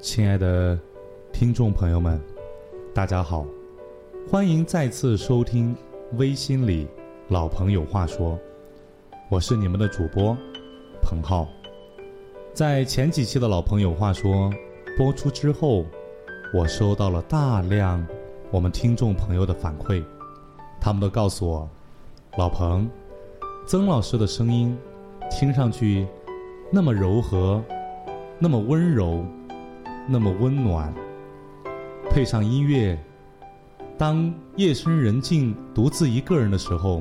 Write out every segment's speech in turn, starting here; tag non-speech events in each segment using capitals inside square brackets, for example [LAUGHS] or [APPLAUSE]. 亲爱的听众朋友们，大家好，欢迎再次收听《微心理老朋友话说》，我是你们的主播彭浩。在前几期的老朋友话说播出之后，我收到了大量我们听众朋友的反馈，他们都告诉我，老彭，曾老师的声音听上去那么柔和，那么温柔。那么温暖，配上音乐，当夜深人静、独自一个人的时候，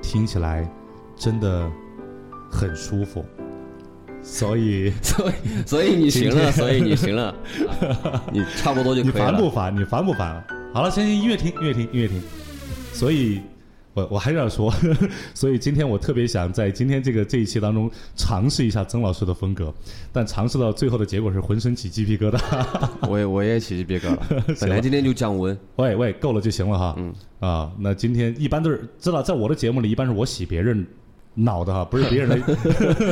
听起来真的很舒服。所以， [LAUGHS] 所以所以你行了，所以你行 [LAUGHS] 了，你差不多就可你以烦不烦？你烦不烦？好了，先音乐听，音乐听，音乐听。所以，我我还是要说， [LAUGHS] 所以今天我特别想在今天这个这一期当中尝试一下曾老师的风格，但尝试到最后的结果是浑身起鸡皮疙瘩。我也我也起鸡 [LAUGHS] 皮疙瘩，本来今天就降温，喂喂，够了就行了哈。嗯啊，那今天一般都是知道，在我的节目里一般是我洗别人脑的哈，不是别人 [LAUGHS] 的。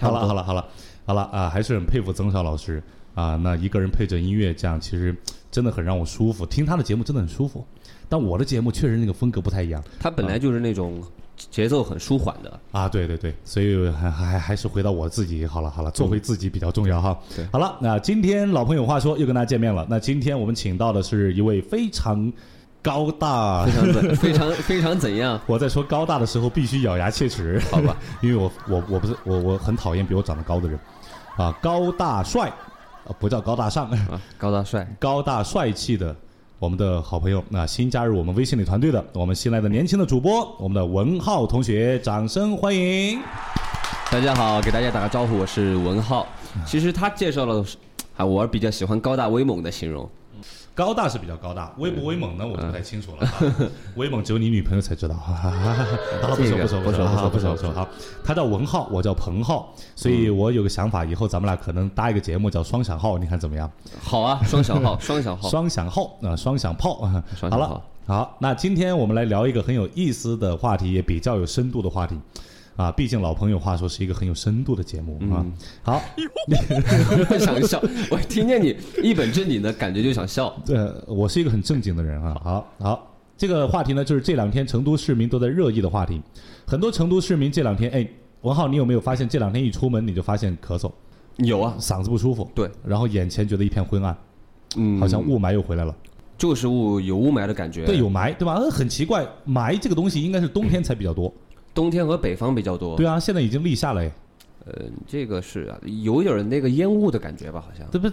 好了好了好了好了啊，还是很佩服曾少老师啊。那一个人配着音乐这样，其实真的很让我舒服，听他的节目真的很舒服。但我的节目确实那个风格不太一样它本来就是那种节奏很舒缓的，啊，对对对，所以还还还是回到我自己好了好了，做回自己比较重要哈。嗯对好了，那今天老朋友话说又跟大家见面了。那今天我们请到的是一位非常高大非常怎非常非常怎样？我在说高大的时候必须咬牙切齿，好吧， [LAUGHS] 因为我我我不是我我很讨厌比我长得高的人，啊，高大帅，啊不叫高大上， [LAUGHS] 啊，高大帅，高大帅气的我们的好朋友，那、新加入我们微信里团队的，我们新来的年轻的主播，我们的文浩同学，掌声欢迎。大家好，给大家打个招呼，我是文浩。嗯其实他介绍了，啊，我比较喜欢高大威猛的形容，高大是比较高大，威不威猛呢？我就不太清楚了。 [LAUGHS] 啊威猛只有你女朋友才知道。哈哈哈哈好了，不这说个不说不说说不好说不不说说不说。好，他叫文浩，我叫彭浩，所以我有个想法，以后咱们俩可能搭一个节目叫双响号，你看怎么样？好啊，双响号，双响号，双响号啊、双响炮啊。双好响了号，，好，那今天我们来聊一个很有意思的话题，也比较有深度的话题。啊，毕竟老朋友话说是一个很有深度的节目、啊。嗯好，我想笑，我听见你一本正经的感觉就想笑。呃，我是一个很正经的人啊。好好，这个话题呢，就是这两天成都市民都在热议的话题。很多成都市民这两天，哎，文浩，你有没有发现这两天一出门你就发现咳嗽，有啊，嗓子不舒服，对，然后眼前觉得一片昏暗，嗯，好像雾霾又回来了。就是雾有雾霾的感觉。对，有霾，对吧？呃，很奇怪，霾这个东西应该是冬天才比较多。冬天和北方比较多。对啊，现在已经立夏了，哎，呃，这个是啊，有点那个烟雾的感觉吧，好像。这不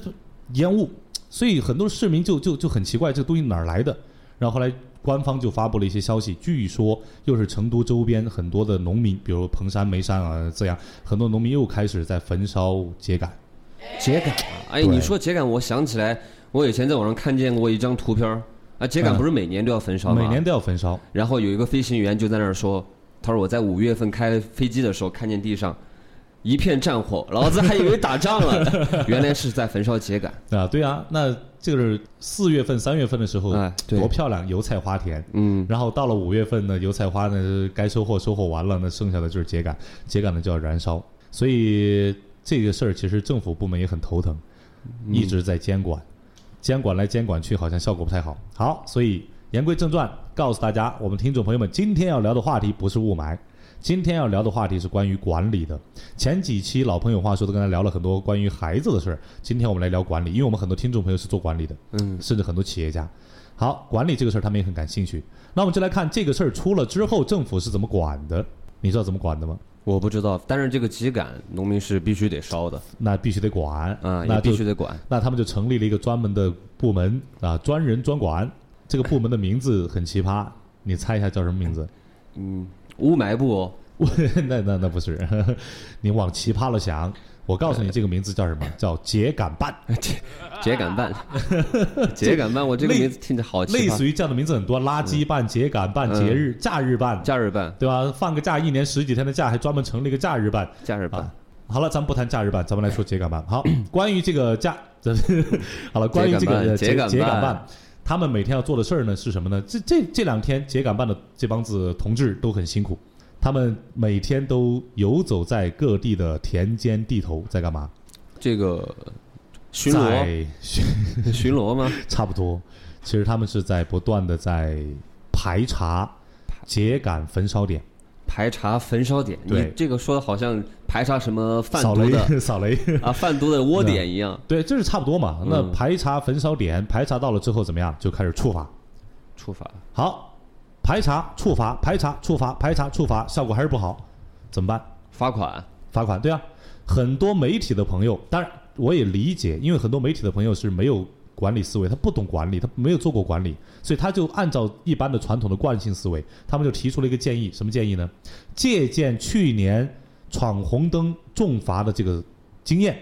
烟雾，所以很多市民就就就很奇怪，这东西哪儿来的？然后后来官方就发布了一些消息，据说又是成都周边很多的农民，比如彭山、眉山啊这样，很多农民又开始在焚烧秸秆。秸秆啊，哎，对你说秸秆，我想起来，我以前在网上看见过一张图片儿啊，秸秆嗯不是每年都要焚烧吗？每年。都要焚烧，然后有一个飞行员就在那儿说，他说我在五月份开飞机的时候看见地上。一片战火，老子还以为打仗了， [LAUGHS] 原来是在焚烧秸秆。啊，对啊，那这个是四月份、三月份的时候，哎对多漂亮，油菜花田。嗯，然后到了五月份呢，油菜花呢该收获收获完了，那剩下的就是秸秆，秸秆呢就要燃烧，所以这个事儿其实政府部门也很头疼，一直在监管，监管来监管去，好像效果不太好。好，所以言归正传，告诉大家，我们听众朋友们，今天要聊的话题不是雾霾。今天要聊的话题是关于管理的。前几期老朋友话说的，跟他聊了很多关于孩子的事儿。今天我们来聊管理，因为我们很多听众朋友是做管理的，嗯，甚至很多企业家。好，管理这个事儿他们也很感兴趣。那我们就来看这个事儿出了之后，政府是怎么管的？你知道怎么管的吗？我不知道，但是这个秸秆农民是必须得烧的，那必须得管啊，那也就必须得管。那他们就成立了一个专门的部门啊，专人专管。这个部门的名字很奇葩，你猜一下叫什么名字？ [LAUGHS] 嗯，雾霾部哦，我那那那不是， [LAUGHS] 你往奇葩了想。我告诉你，这个名字叫什么？叫秸秆办，啊秸秆 [LAUGHS] 办，秸秆办，我这个类名字听着好奇类葩。似于这样的名字很多，垃圾办、秸秆办、嗯节日、假日办，假日办，对吧？放个假，一年十几天的假，还专门成立一个假日办。假日办啊，好了，咱们不谈假日版，咱们来说秸秆版。 [CLEARS THROAT] 好，关于这个假，这好了，关于这个呃秸秸秆办秸秆秆办办，他们每天要做的事儿呢是什么呢？这这这两天秸秆办的这帮子同志都很辛苦，他们每天都游走在各地的田间地头，在干嘛？这个巡逻在巡逻吗？差不多，其实他们是在不断的在排查、秸秆焚烧点，排查焚烧点，你对这个说的好像排查什么贩扫毒的雷扫雷， [LAUGHS] [LAUGHS] 啊贩毒的窝点一样，对，这是差不多嘛。那嗯排查焚烧点，排查到了之后怎么样？就开始处罚。处罚好，排查、处罚、排查、处罚、排查、处罚，效果还是不好，怎么办？罚款。罚款，对啊，很多媒体的朋友，当然我也理解，因为很多媒体的朋友是没有管理思维，他不懂管理，他没有做过管理，所以他就按照一般的传统的惯性思维，他们就提出了一个建议，什么建议呢？借鉴去年闯红灯重罚的这个经验，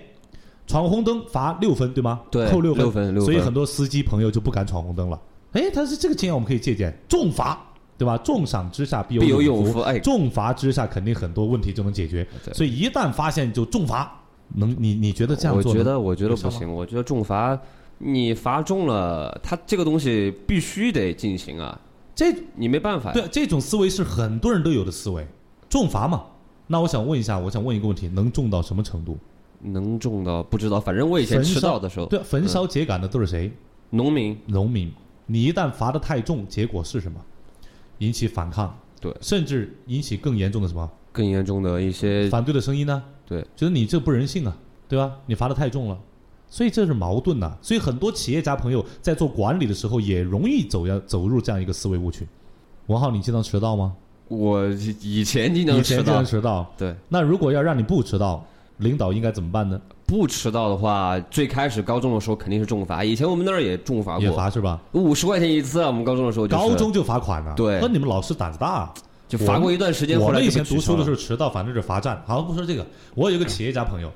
闯红灯罚六分，对吗？对扣六分，六分六分所以很多司机朋友就不敢闯红灯了。哎，他是这个经验我们可以借鉴，重罚。对吧？重赏之下必有必有勇勇夫哎重罚之下肯定很多问题就能解决。对所以一旦发现就重罚，能你你觉得这样我做？觉，得我觉得有效不吗行，我觉得重罚你罚重了，他这个东西必须得进行啊，这你没办法呀。对这种思维是很多人都有的思维，重罚嘛。那我想问一下，我想问一个问题，能重到什么程度？能种到不知道，反正我以前焚烧迟到的时候，对，焚嗯烧秸秆的都是谁？农民农民。你一旦罚得太重，结果是什么？引起反抗，对甚至引起更严重的什么？更严重的一些反对的声音呢？对，觉得你这不人性啊，对吧？你罚的太重了，所以这是矛盾呐、所以很多企业家朋友在做管理的时候，也容易走要走入这样一个思维误区。文浩，你经常迟到吗？我以以前经以常前迟经常到，迟到。对，那如果要让你不迟到，领导应该怎么办呢？不迟到的话，最开始高中的时候肯定是重罚，以前我们那儿也重罚也过，罚是吧？五十块钱一次啊，我们高中的时候就是高中就罚款了、啊对那你们老师胆子大、啊。就罚过一段时间，我后来们就以被前取读书消的了时候迟到，反正是罚站。好，不说这个，我有一个企业家朋友，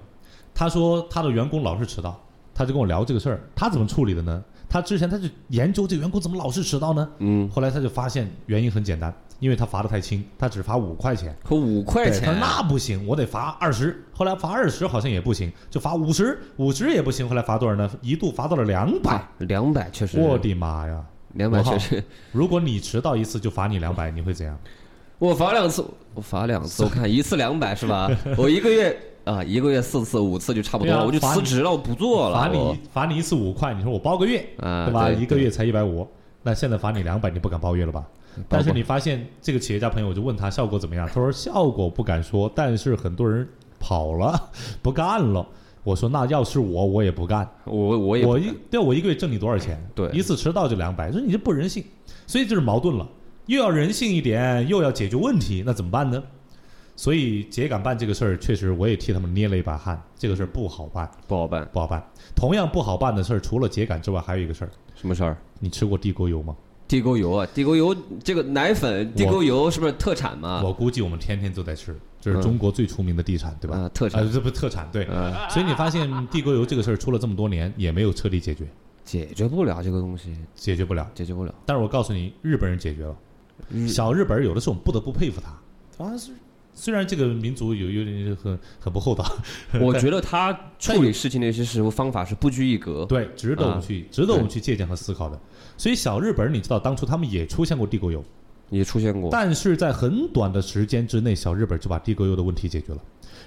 他说他的员工老是迟到，他就跟我聊这个事儿，他怎么处理的呢？他之前他就研究这个员工怎么老是迟到呢？嗯，后来他就发现原因很简单，因为他罚的太轻，他只罚五块钱。可五块对，他钱啊说那不行，我得罚二十。后来罚二十好像也不行，就罚五十，五十也不行。后来罚多少呢？一度罚到了两百。 [LAUGHS] 两百确实，我的妈呀！两百我确实，如果你迟到一次就罚你两百，你会怎样？我罚两次，我罚两次，我看一次两百是 [LAUGHS] 吧？我一个月啊，一个月四次五次就差不多对了，啊我就罚辞你职了，我不做了，罚我你罚你一次五块，你说我包个月，啊对吧？对嗯一个月才一百五，那现在罚你两百，你不敢包月了吧？但是你发现这个企业家朋友，我就问他效果怎么样，他说效果不敢说，但是很多人跑了，不干了。我说那要是我，我也不干。我我也我一对我一个月挣你多少钱？对一次迟到就两百，说你这不人性，所以就是矛盾了，又要人性一点，又要解决问题，那怎么办呢？所以秸秆办这个事儿，确实我也替他们捏了一把汗，这个事儿不好办，不好办，不好办。同样不好办的事儿，除了秸秆之外，还有一个事儿，什么事儿？你吃过地沟油吗？地沟油啊，地沟油这个奶粉，地沟油是不是特产嘛？我估计我们天天都在吃，这是中国最出名的地产，对吧？啊，特啊产，这不嗯特产对。啊，所以你发现地沟油这个事儿出了这么多年，也没有彻底解决，解决不了这个东西，解决不了。解决不了。但是我告诉你，日本人解决了。 [LAUGHS] 日小日本有的时候我们不得不佩服他，啊，是虽然这个民族有有点很很不厚道，我觉得他处理事情的一些事物方法是不拘一格，对，值得我们去、值得我们去借鉴和思考的。所以小日本，你知道当初他们也出现过地沟油，也出现过。但是在很短的时间之内，小日本就把地沟油的问题解决了。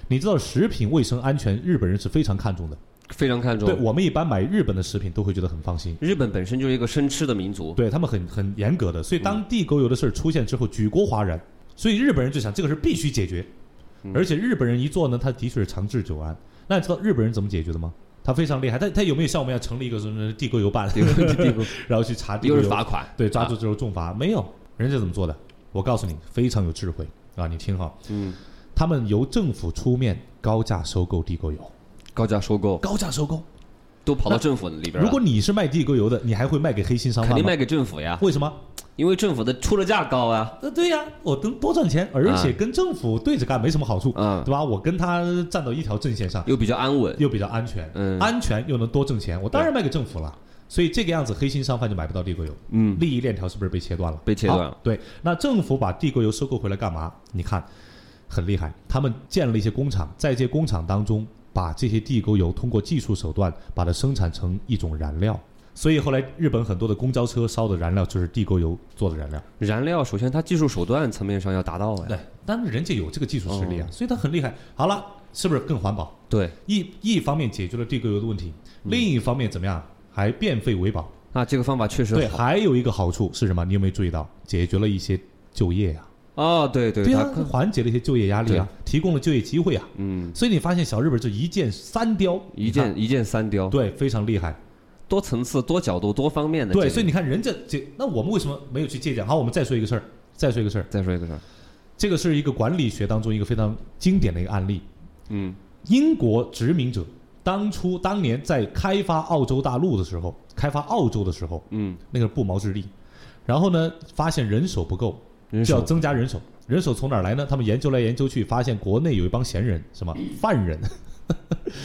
你知道食品卫生安全，日本人是非常看重的。非常看重对。我们一般买日本的食品都会觉得很放心，日本本身就是一个生吃的民族，对他们很很严格的。所以嗯当地沟油的事儿出现之后，举国哗然。所以日本人就想这个事儿必须解决，嗯而且日本人一做呢，他的确是长治久安。那你知道日本人怎么解决的吗？他非常厉害，他他有没有像我们要成立一个什么地沟油办，地 [LAUGHS] 沟地沟 [LAUGHS] 然后去查地沟又是油？罚啊款，对，抓住之后重罚、没有？人家怎么做的？我告诉你，非常有智慧啊！你听哈，嗯，他们由政府出面高价收购地沟油，高价收购高价收购。都跑到政府里边了。如果你是卖地沟油的，你还会卖给黑心商肯贩定吗？卖啊给政府呀，为什么？因为政府的出的价高啊。呃，对呀、我能多赚钱，而且跟政府对着干没什么好处，嗯，对吧？我跟他站到一条阵线上，又比较安稳。又比较安全，嗯安全又能多挣钱，我当然卖给政府了。所以这个样子，黑心商贩就买不到地沟油，嗯，利益链条是不是被切断了？被切断了好。对，那政府把地沟油收购回来干嘛？你看，很厉害，他们建了一些工厂，在这些工厂当中，把这些地沟油通过技术手段把它生产成一种燃料。所以后来日本很多的公交车烧的燃料就是地沟油做的燃料。燃料首先它技术手段层面上要达到呀。哦对，但是人家有这个技术实力啊，所以他很厉害。好了，是不是更环保？对，一一方面解决了地沟油的问题，嗯另一方面怎么样还变废为宝？那这个方法确实对，好还有一个好处是什么？你有没有注意到？解决了一些就业啊，哦，对对，对它啊可，缓解了一些就业压力啊，提供了就业机会啊。嗯，所以你发现小日本就一箭三雕，一你看箭一箭三雕，对非常厉害。多层次、多角度、多方面的这个。对，所以你看人家这，那我们为什么没有去借鉴？好，我们再说一个事儿，再说一个事儿，再说一个事儿，这个是一个管理学当中一个非常经典的一个案例。嗯，英国殖民者当初当年在开发澳洲大陆的时候，开发澳洲的时候，嗯，那个不毛之地，然后呢，发现人手不够，人就要手增加人手。人手从哪儿来呢？他们研究来研究去，发现国内有一帮闲人，什么犯人， [LAUGHS]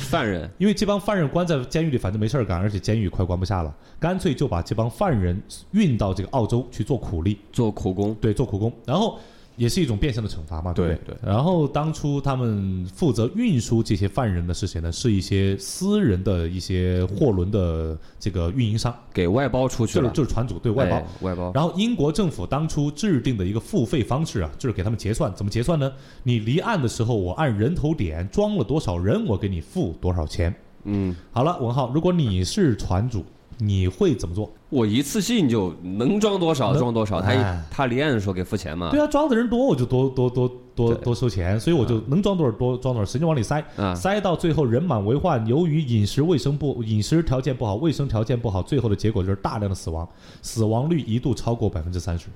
犯人，因为这帮犯人关在监狱里，反正没事儿干，而且监狱快关不下了，干脆就把这帮犯人运到这个澳洲去做苦力，做苦工，对，做苦工，然后也是一种变相的惩罚嘛，对不对。然后当初他们负责运输这些犯人的是谁呢？是一些私人的一些货轮的这个运营商，给外包出去就是了，就是船主对外包哎。外包，然后英国政府当初制定的一个付费方式啊，就是给他们结算，怎么结算呢？你离岸的时候，我按人头点装了多少人，我给你付多少钱。嗯，好了，文浩，如果你是船主，你会怎么做？我一次性就能装多少能装多少，他哎一他离岸的时候给付钱嘛对，啊，装的人多，我就多多多多对多收钱，所以我就能装多少多装多少，使劲往里塞，啊，塞到最后人满为患。由于饮食卫生不饮食条件不好，卫生条件不好，最后的结果就是大量的死亡，死亡率一度超过百分之三十。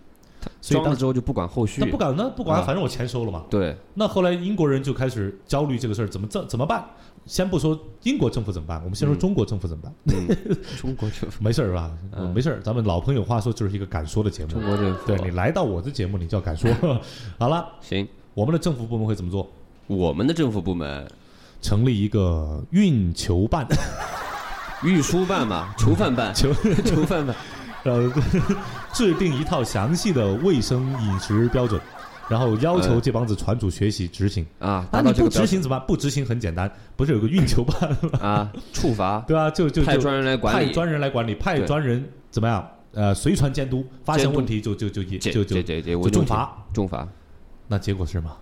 所以装了当之后就不管后续他，不敢，那不啊管，反正我钱收了嘛。对，那后来英国人就开始焦虑这个事儿，怎么怎怎么办？先不说英国政府怎么办，我们先说嗯中国政府怎么办。 [LAUGHS] 中国就没事儿吧？嗯没事儿，咱们老朋友话说就是一个敢说的节目中。国就对你来到我的节目，你就要敢说。 [LAUGHS] 好了，行，我们的政府部门会怎么做？我们的政府部门成立一个运球办，运输 [LAUGHS] 办嘛，囚犯办，囚囚犯办，呃， [LAUGHS] 制定一套详细的卫生饮食标准，然后要求这帮子船主学习执行。啊，那达你到这不个标执行怎么办？不执行很简单，不是有个运球 [LAUGHS] 办吗？准啊，处罚，对啊，就 [LAUGHS] 就派就专人来管派理，专人来管理，派对专人怎么样？呃，随船监督，发现监督问题就就就就解就就解解解就问重题罚。重罚。那结果是吗？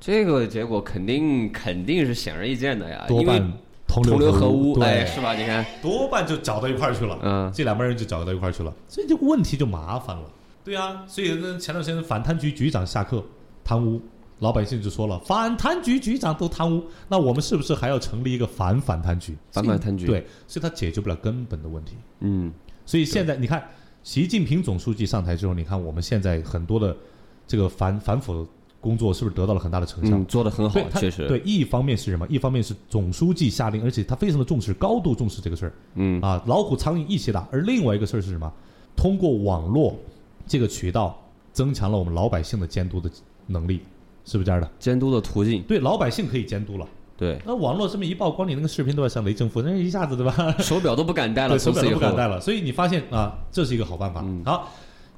这个结果肯定肯定是显而易见的呀，多啊因为半同同流合污，哎，对，是吧？你看，多半就搅到一块儿去了。嗯这两拨人就搅到一块儿去了，所以这个问题就麻烦了。对啊，所以那前段时间反贪局局长下课贪污，老百姓就说了，反贪局局长都贪污，那我们是不是还要成立一个反反贪局？反反贪局对，所以他解决不了根本的问题。嗯，所以现在你看，习近平总书记上台之后，你看我们现在很多的这个反反腐工作是不是得到了很大的成效？嗯，做的很好对，，他确实，对，一方面是什么？一方面是总书记下令，而且他非常的重视，高度重视这个事儿。嗯啊，老虎苍蝇一起打。而另外一个事儿是什么？通过网络这个渠道，增强了我们老百姓的监督的能力，是不是这样的？监督的途径，对，老百姓可以监督了。 [LAUGHS]，对那网络这么一曝 [LAUGHS] 光，你那个视频都要像雷政府，那一下子对吧？手表都不敢戴了，对，手从表此都以不敢后，戴了。所以你发现啊，这是一个好办法。嗯好，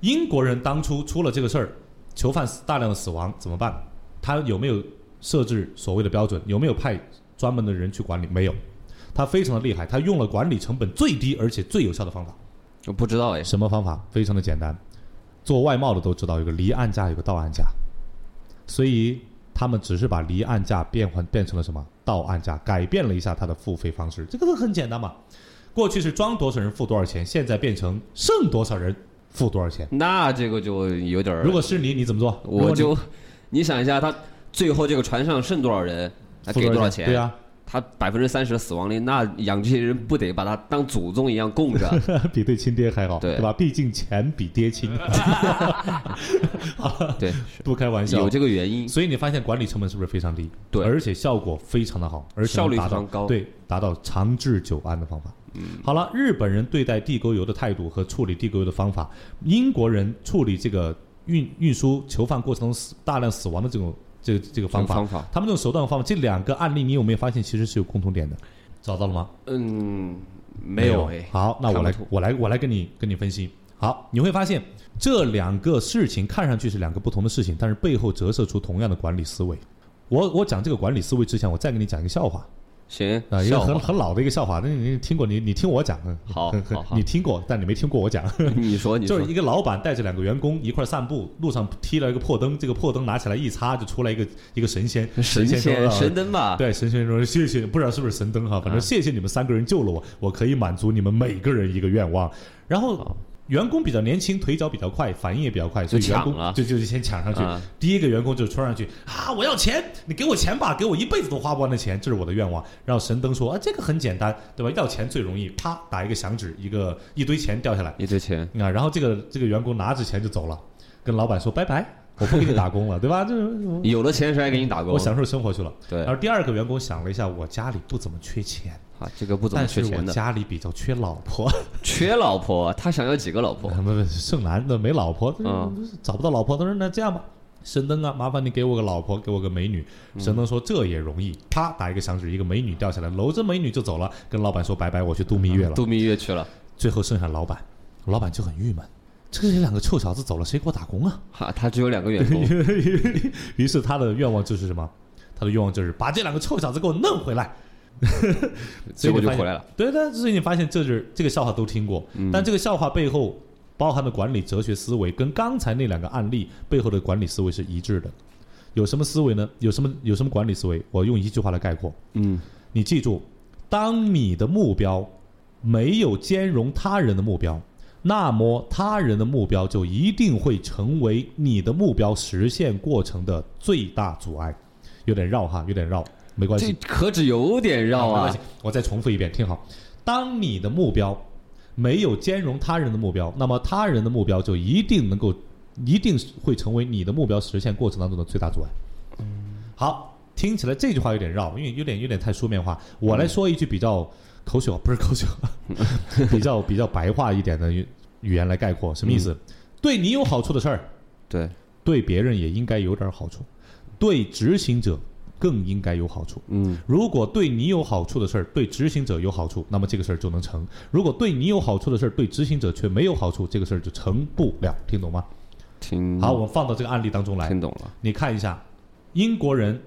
英国人当初出了这个事儿，囚犯死大量的死亡怎么办？他有没有设置所谓的标准？有没有派专门的人去管理？没有，他非常的厉害，他用了管理成本最低而且最有效的方法。我不知道哎，什么方法？非常的简单，做外贸的都知道有个离岸价，有个到岸价，所以他们只是把离岸价变换变成了什么到岸价，改变了一下它的付费方式，这个都很简单嘛。过去是装多少人付多少钱，现在变成剩多少人付多少钱。那这个就有点儿，如果是你，你怎么做？如果我你就， [LAUGHS] 你想一下，他最后这个船上剩多少人，他付给多少对钱？啊， [LAUGHS] 他百分之三十的死亡率，那养这些人不得把他当祖宗一样供 [LAUGHS] 着？比对亲爹还好，对对吧？毕竟钱比爹 [LAUGHS] 亲，对，不开玩笑有。这个原因，所以你发现管理成本是不是非常低？嗯对而且效果非常的好，而且效率能达非到常高嗯对，达到长治久安的方法。好了，日本人对待地沟油的态度和处理地沟油的方法，英国人处理这个运运输囚犯过程中死大量死亡的这种这个这个方法，方法，他们这种手段和方法，这两个案例你有没有发现其实是有共同点的？找到了吗？嗯，没有哎，好，那我来看不透，我来，我来跟你跟你分析。好，你会发现这两个事情看上去是两个不同的事情，但是背后折射出同样的管理思维。我我讲这个管理思维之前，我再给你讲一个笑话。行，啊，一个笑很话，很老的一个笑话，那你你听过？你你听我讲，嗯好很很好 [LAUGHS] 好你听过，但你没听过我讲。你说你 [LAUGHS] 就说是，一个老板带着两个员工一块儿散步，路上踢了一个破灯，这个破灯拿起来一擦，就出来一个一个神仙，神仙说仙啊神灯吧，对，神仙说谢谢，不知道是不是神灯哈，反正啊谢谢你们三个人救了我，我可以满足你们每个人一个愿望。然后好员工比较年轻，腿脚比较快，反应也比较快，所以员工抢了就就就先抢上去。啊第一个员工就冲上去啊，我要钱，你给我钱吧，给我一辈子都花不完的钱，这是我的愿望。然后神灯说啊，这个很简单，对吧？要钱最容易，啪打一个响指，一个一堆钱掉下来。一堆钱，啊，然后这个这个员工拿着钱就走了，跟老板说拜拜，我不给你打工了，对吧？这我有了钱谁还给你打工？嗯我啊享受生活去了。对然后第二个员工想了一下，我家里不怎么缺钱，啊，这个不怎么但缺是我钱的，家里比较缺老婆，缺老婆，他想要几个老婆？他们剩男的没老婆，嗯找不到老婆。他说那这样吧，神灯啊，麻烦你给我个老婆，给我个美女。嗯神灯说这也容易，啪打一个响指，一个美女掉下来，搂着美女就走了，跟老板说拜拜，我去度蜜月了。度蜜月去了，最后剩下老板，老板就很郁闷。这两个臭小子走了，谁给我打工啊？ [LAUGHS] 哈，他只有两个员工，于是他的愿望就是什么？他的愿望就是把这两个臭小子给我弄回来。结果所以你就发现回来了。对但所以你发现这是这个笑话都听过，但这个笑话背后包含的管理哲学思维，跟刚才那两个案例背后的管理思维是一致的。有什么思维呢？有什么有什么管理思维？我用一句话来概括：嗯，你记住，当你的目标没有兼容他人的目标，那么他人的目标就一定会成为你的目标实现过程的最大阻碍。有点绕哈，有点绕，没关系这。可只有点绕没关啊系，，我再重复一遍，听好。当你的目标没有兼容他人的目标，那么他人的目标就一定能够，一定会成为你的目标实现过程当中的最大阻碍。好，听起来这句话有点绕，因为有点有点太书面化。我来说一句比较口水话，不是口水话，比较比较白话一点的语语言来概括，什么意思？对你有好处的事儿，对，对别人也应该有点好处，对执行者更应该有好处。嗯，如果对你有好处的事儿对执行者有好处，那么这个事儿就能成；如果对你有好处的事儿对执行者却没有好处，这个事儿就成不了。听懂吗？听好，我们放到这个案例当中来，听懂了，你看一下，英国人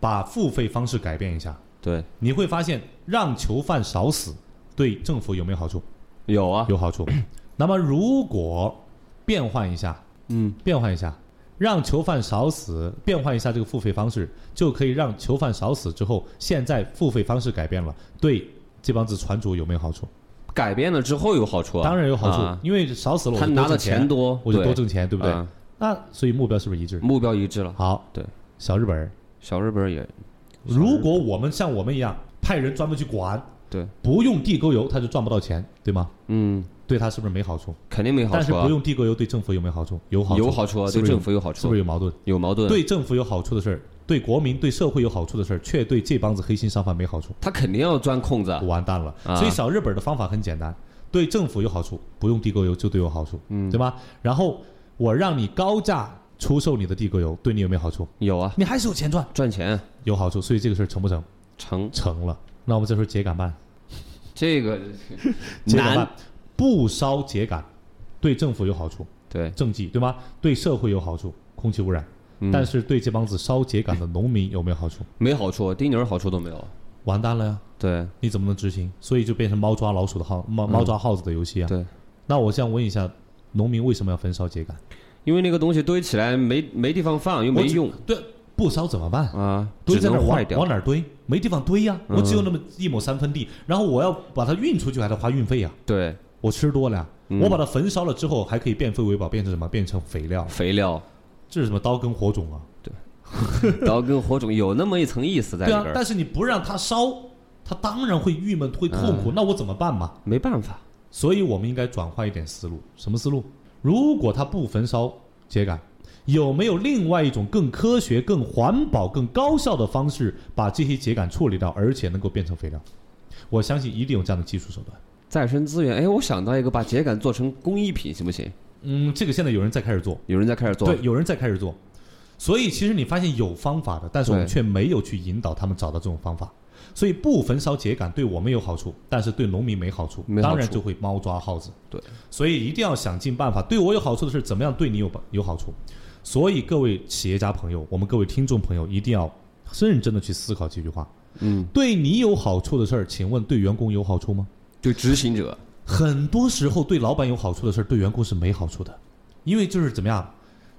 把付费方式改变一下，对，你会发现让囚犯少死对政府有没有好处？有啊，有好处。那么如果变换一下，嗯，变换一下，让囚犯少死，变换一下这个付费方式，就可以让囚犯少死之后，现在付费方式改变了，对这帮子船主有没有好处？改变了之后有好处啊，当然有好处，啊因为少死了我他就拿多挣的钱钱，多，我就多对挣钱，对不对？啊那所以目标是不是一致？目标一致了，好，对，小日本儿，小日本儿也如果我们像我们一样派人专门去管，对，不用地沟油他就赚不到钱，对吗？嗯，对他是不是没好处？肯定没好但是处啊不，用地沟油对政府有没有好处？有好处，有好处啊，是对不是有政府有好是不处是，有矛盾？有矛盾，啊对政府有好处的事儿，对国民、对社会有好处的事儿，却对这帮子黑心商贩没好处，他肯定要钻空子啊，完蛋了。啊所以小日本的方法很简单，对政府有好处，不用地沟油就对我好处，嗯对吧？然后我让你高价出售你的地沟油，对你有没有好处？有啊，你还是有钱赚，赚钱啊有好处。所以这个事儿成不成？成成了。那我们这时候秸秆办，[LAUGHS] 这个秸秆难办，不烧秸秆，对政府有好处，对，政绩对吗？对社会有好处，空气污染。嗯但是对这帮子烧秸秆的农民有没有好处？没好处，丁点儿好处都没有，啊完蛋了呀！对你怎么能执行？所以就变成猫抓老鼠的耗猫猫抓耗子的游戏啊。嗯对。那我想问一下，农民为什么要焚烧秸秆？因为那个东西堆起来没没地方放，又我没只用对，不烧怎么办？啊，堆只在那儿能往坏掉往。哪儿堆？没地方堆呀、嗯我只有那么一亩三分地，然后我要把它运出去，还得花运费呀、 [LAUGHS] 对，我吃多了呀、嗯我把它焚烧了之后，还可以变废为宝，变成什么？变成肥料。肥料、这是什么刀耕火种啊？刀跟火种有那么一层意思在对里啊边，儿，但是你不让它烧，它当然会郁闷，会痛嗯苦。那我怎么办嘛？没办法，所以我们应该转换一点思路，什么思路？如果它不焚烧秸秆，有没有另外一种更科学、更环保、更高效的方式，把这些秸秆处理掉，而且能够变成肥料？我相信一定有这样的技术手段。再生资源。哎，我想到一个，把秸秆做成工艺品行不行？嗯，这个现在有人在开始做，有人在开始做，对，有人在开始做。所以其实你发现有方法的，但是我们对却没有去引导他们找到这种方法。所以不焚烧秸秆对我们有好处，但是对农民没好处，没好当然处就会猫抓耗子。对，所以一定要想尽办法，对我有好处的事，怎么样对你有有好处？所以各位企业家朋友，我们各位听众朋友，一定要认真的去思考这句话：嗯，对你有好处的事儿，请问对员工有好处吗？就执行者，很多时候对老板有好处的事儿，对员工是没好处的，因为就是怎么样，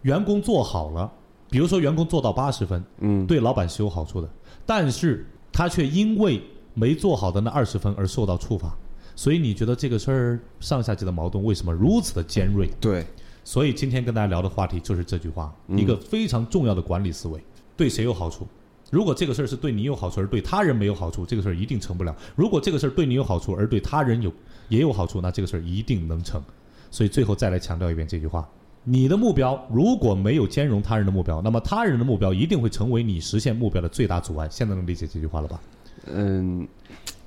员工做好了，比如说员工做到八十分，嗯，对老板是有好处的，但是他却因为没做好的那二十分而受到处罚，所以你觉得这个事儿上下级的矛盾为什么如此的尖锐？对，所以今天跟大家聊的话题就是这句话，嗯一个非常重要的管理思维，对谁有好处？如果这个事儿是对你有好处，而对他人没有好处，这个事儿一定成不了；如果这个事儿对你有好处，而对他人有也有好处，那这个事儿一定能成。所以最后再来强调一遍这句话：你的目标如果没有兼容他人的目标，那么他人的目标一定会成为你实现目标的最大阻碍。现在能理解这句话了吧？嗯，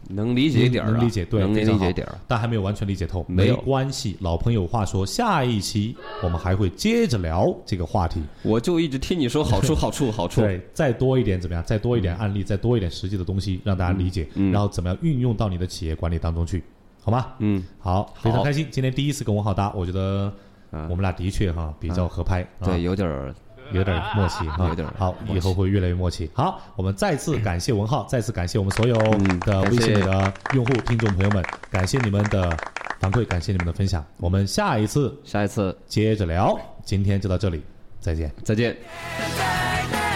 能理解一点儿嗯啊，能能理解对能非常理好解一点儿啊。但还没有完全理解透，没没有关系。老朋友话说，下一期我们还会接着聊这个话题。我就一直听你说好处，好处，好处。对，再多一点怎么样？再多一点案例，再多一点实际的东西，让大家理解，嗯然后怎么样运用到你的企业管理当中去，好吗？嗯，好，非常开心，今天第一次跟文浩搭，我觉得啊我们俩的确哈比较合拍，啊嗯对，有点儿有点默契啊，有点好，默契以后会越来越默契。好，我们再次感谢文浩，再次感谢我们所有嗯的感谢微信里的用户、听众朋友们，感谢你们的反馈，感谢你们的分享，我们下一次下一次接着聊，今天就到这里，再见。再见。 Take me